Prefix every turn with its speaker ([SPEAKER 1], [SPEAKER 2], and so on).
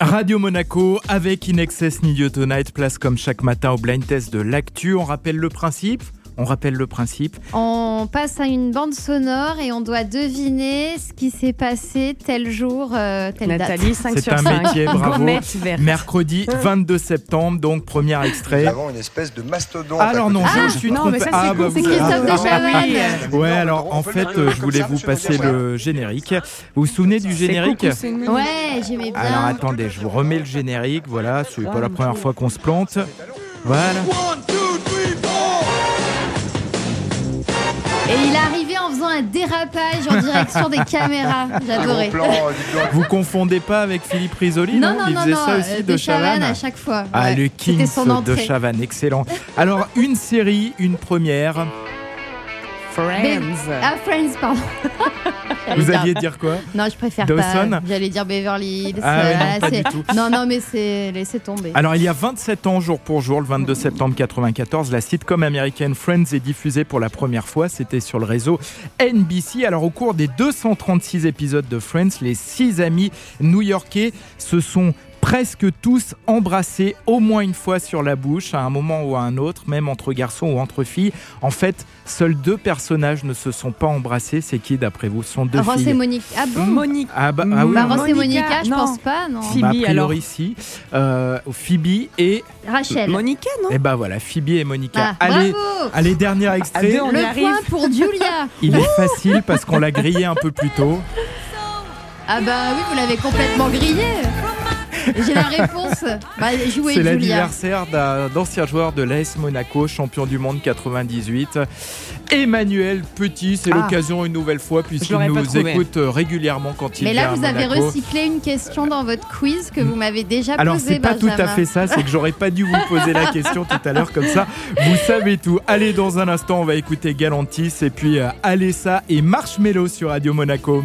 [SPEAKER 1] Radio Monaco avec Inexcess Nidio Tonight, place comme chaque matin au blind test de l'actu. On rappelle le principe on rappelle le principe.
[SPEAKER 2] On passe à une bande sonore et on doit deviner ce qui s'est passé tel jour, euh, telle
[SPEAKER 3] Nathalie,
[SPEAKER 2] date.
[SPEAKER 3] 5
[SPEAKER 1] C'est
[SPEAKER 3] sur
[SPEAKER 1] un
[SPEAKER 3] 5.
[SPEAKER 1] métier, bravo.
[SPEAKER 3] Gommette verte.
[SPEAKER 1] Mercredi
[SPEAKER 2] Mmh.
[SPEAKER 1] 22 septembre, donc premier extrait.
[SPEAKER 4] Nous avons une espèce de mastodonte. à
[SPEAKER 1] Ah, Alors non,
[SPEAKER 4] côté de
[SPEAKER 1] je me
[SPEAKER 4] nous.
[SPEAKER 1] suis
[SPEAKER 3] non,
[SPEAKER 1] trompé.
[SPEAKER 3] mais ça, c'est
[SPEAKER 1] Ah,
[SPEAKER 3] con,
[SPEAKER 1] bah,
[SPEAKER 3] c'est
[SPEAKER 1] vous-
[SPEAKER 2] Christophe de
[SPEAKER 1] Ah,
[SPEAKER 2] Chavannes.
[SPEAKER 1] Ouais, alors en
[SPEAKER 4] On peut le
[SPEAKER 1] fait,
[SPEAKER 4] faire
[SPEAKER 1] euh,
[SPEAKER 4] comme
[SPEAKER 1] je voulais
[SPEAKER 4] ça,
[SPEAKER 1] vous
[SPEAKER 4] monsieur Mounier,
[SPEAKER 1] passer
[SPEAKER 4] voilà.
[SPEAKER 1] le générique. Vous vous souvenez du générique
[SPEAKER 2] Ouais, j'aimais bien.
[SPEAKER 1] Alors attendez, je vous remets le générique. Voilà, c'est pas la première fois qu'on se plante. Voilà.
[SPEAKER 2] Et il est arrivé en faisant un dérapage en direction des caméras.
[SPEAKER 4] Gros
[SPEAKER 2] J'adorais.
[SPEAKER 4] plan, euh, dis donc.
[SPEAKER 1] Vous confondez pas avec Philippe Risoli
[SPEAKER 2] Non, non,
[SPEAKER 1] Il
[SPEAKER 2] non,
[SPEAKER 1] faisait
[SPEAKER 2] non,
[SPEAKER 1] ça
[SPEAKER 2] euh,
[SPEAKER 1] aussi
[SPEAKER 2] de
[SPEAKER 1] de
[SPEAKER 2] Chavannes
[SPEAKER 1] Chavannes.
[SPEAKER 2] à chaque fois.
[SPEAKER 1] Ah,
[SPEAKER 2] Ouais.
[SPEAKER 1] le
[SPEAKER 2] C'était
[SPEAKER 1] Kings
[SPEAKER 2] son
[SPEAKER 1] de
[SPEAKER 2] entrée.
[SPEAKER 1] Chavannes, excellent. Alors, une série, une première.
[SPEAKER 3] Friends.
[SPEAKER 2] Ah, Friends, pardon. J'allais
[SPEAKER 1] Vous
[SPEAKER 2] dire-
[SPEAKER 1] alliez dire quoi
[SPEAKER 2] Non, je préfère
[SPEAKER 1] Dawson
[SPEAKER 2] pas. J'allais dire Beverly Hills.
[SPEAKER 1] Ah ouais, non,
[SPEAKER 2] voilà,
[SPEAKER 1] pas du
[SPEAKER 2] c'est-
[SPEAKER 1] tout.
[SPEAKER 2] non, non, mais c'est. Laissez tomber.
[SPEAKER 1] Alors, il y a 27 ans, jour pour jour, le 22 septembre 1994, la sitcom américaine Friends est diffusée pour la première fois. C'était sur le réseau NBC. Alors, au cours des 236 épisodes de Friends, les six amis new-yorkais se sont presque tous embrassés au moins une fois sur la bouche, à un moment ou à un autre, même entre garçons ou entre filles. En fait, seuls deux personnages ne se sont pas embrassés. C'est qui, d'après vous Ce sont deux
[SPEAKER 2] Ross et
[SPEAKER 1] filles.
[SPEAKER 2] Monique. Ah bon
[SPEAKER 3] Monique.
[SPEAKER 1] Ah bah, ah oui,
[SPEAKER 2] bah,
[SPEAKER 1] oui.
[SPEAKER 2] Ross et
[SPEAKER 3] Monica,
[SPEAKER 2] Monica, je
[SPEAKER 3] non.
[SPEAKER 2] pense pas, non.
[SPEAKER 3] Si.
[SPEAKER 1] Bah, a
[SPEAKER 3] Phoebe,
[SPEAKER 1] priori,
[SPEAKER 3] alors.
[SPEAKER 1] si. Euh, Phoebe et
[SPEAKER 2] Rachel.
[SPEAKER 3] Monica, non
[SPEAKER 1] et ben voilà, Phoebe et Monica.
[SPEAKER 2] Ah,
[SPEAKER 1] allez,
[SPEAKER 2] bravo
[SPEAKER 1] allez, dernier
[SPEAKER 3] À
[SPEAKER 1] extrait.
[SPEAKER 3] Ah, deux, hein. on
[SPEAKER 2] Le
[SPEAKER 3] y arrive.
[SPEAKER 2] point pour Julia.
[SPEAKER 1] Il est facile parce qu'on l'a grillé un peu plus tôt.
[SPEAKER 2] Ah bah oui, vous l'avez complètement grillé. J'ai la réponse. Bah, jouez
[SPEAKER 1] C'est
[SPEAKER 2] Julia.
[SPEAKER 1] l'anniversaire d'un ancien joueur de l'AS Monaco, champion du monde 98. Emmanuel Petit, c'est
[SPEAKER 3] Ah.
[SPEAKER 1] l'occasion une nouvelle fois
[SPEAKER 3] Je
[SPEAKER 1] puisqu'il
[SPEAKER 3] l'aurais pas
[SPEAKER 1] nous
[SPEAKER 3] trouvé.
[SPEAKER 1] écoute euh, régulièrement quand il
[SPEAKER 2] Mais là,
[SPEAKER 1] vient
[SPEAKER 2] vous
[SPEAKER 1] à
[SPEAKER 2] avez
[SPEAKER 1] Monaco.
[SPEAKER 2] recyclé une question dans votre quiz que vous m'avez déjà
[SPEAKER 1] Alors
[SPEAKER 2] posée,
[SPEAKER 1] c'est pas tout à
[SPEAKER 2] Benjamin.
[SPEAKER 1] fait ça, c'est que j'aurais pas dû vous poser la question tout à l'heure comme ça. Vous savez tout. Allez dans un instant, on va écouter Galantis et puis euh, Alessa et Marshmello sur Radio Monaco.